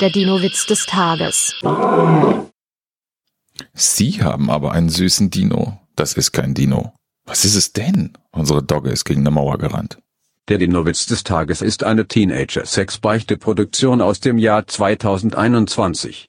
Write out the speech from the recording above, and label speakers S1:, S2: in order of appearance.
S1: Der Dino-Witz des Tages.
S2: Sie haben aber einen süßen Dino. Das ist kein Dino. Was ist es denn? Unsere Dogge ist gegen eine Mauer gerannt.
S3: Der Dinowitz des Tages ist eine Teenager-Sex-Beichte-Produktion aus dem Jahr 2021.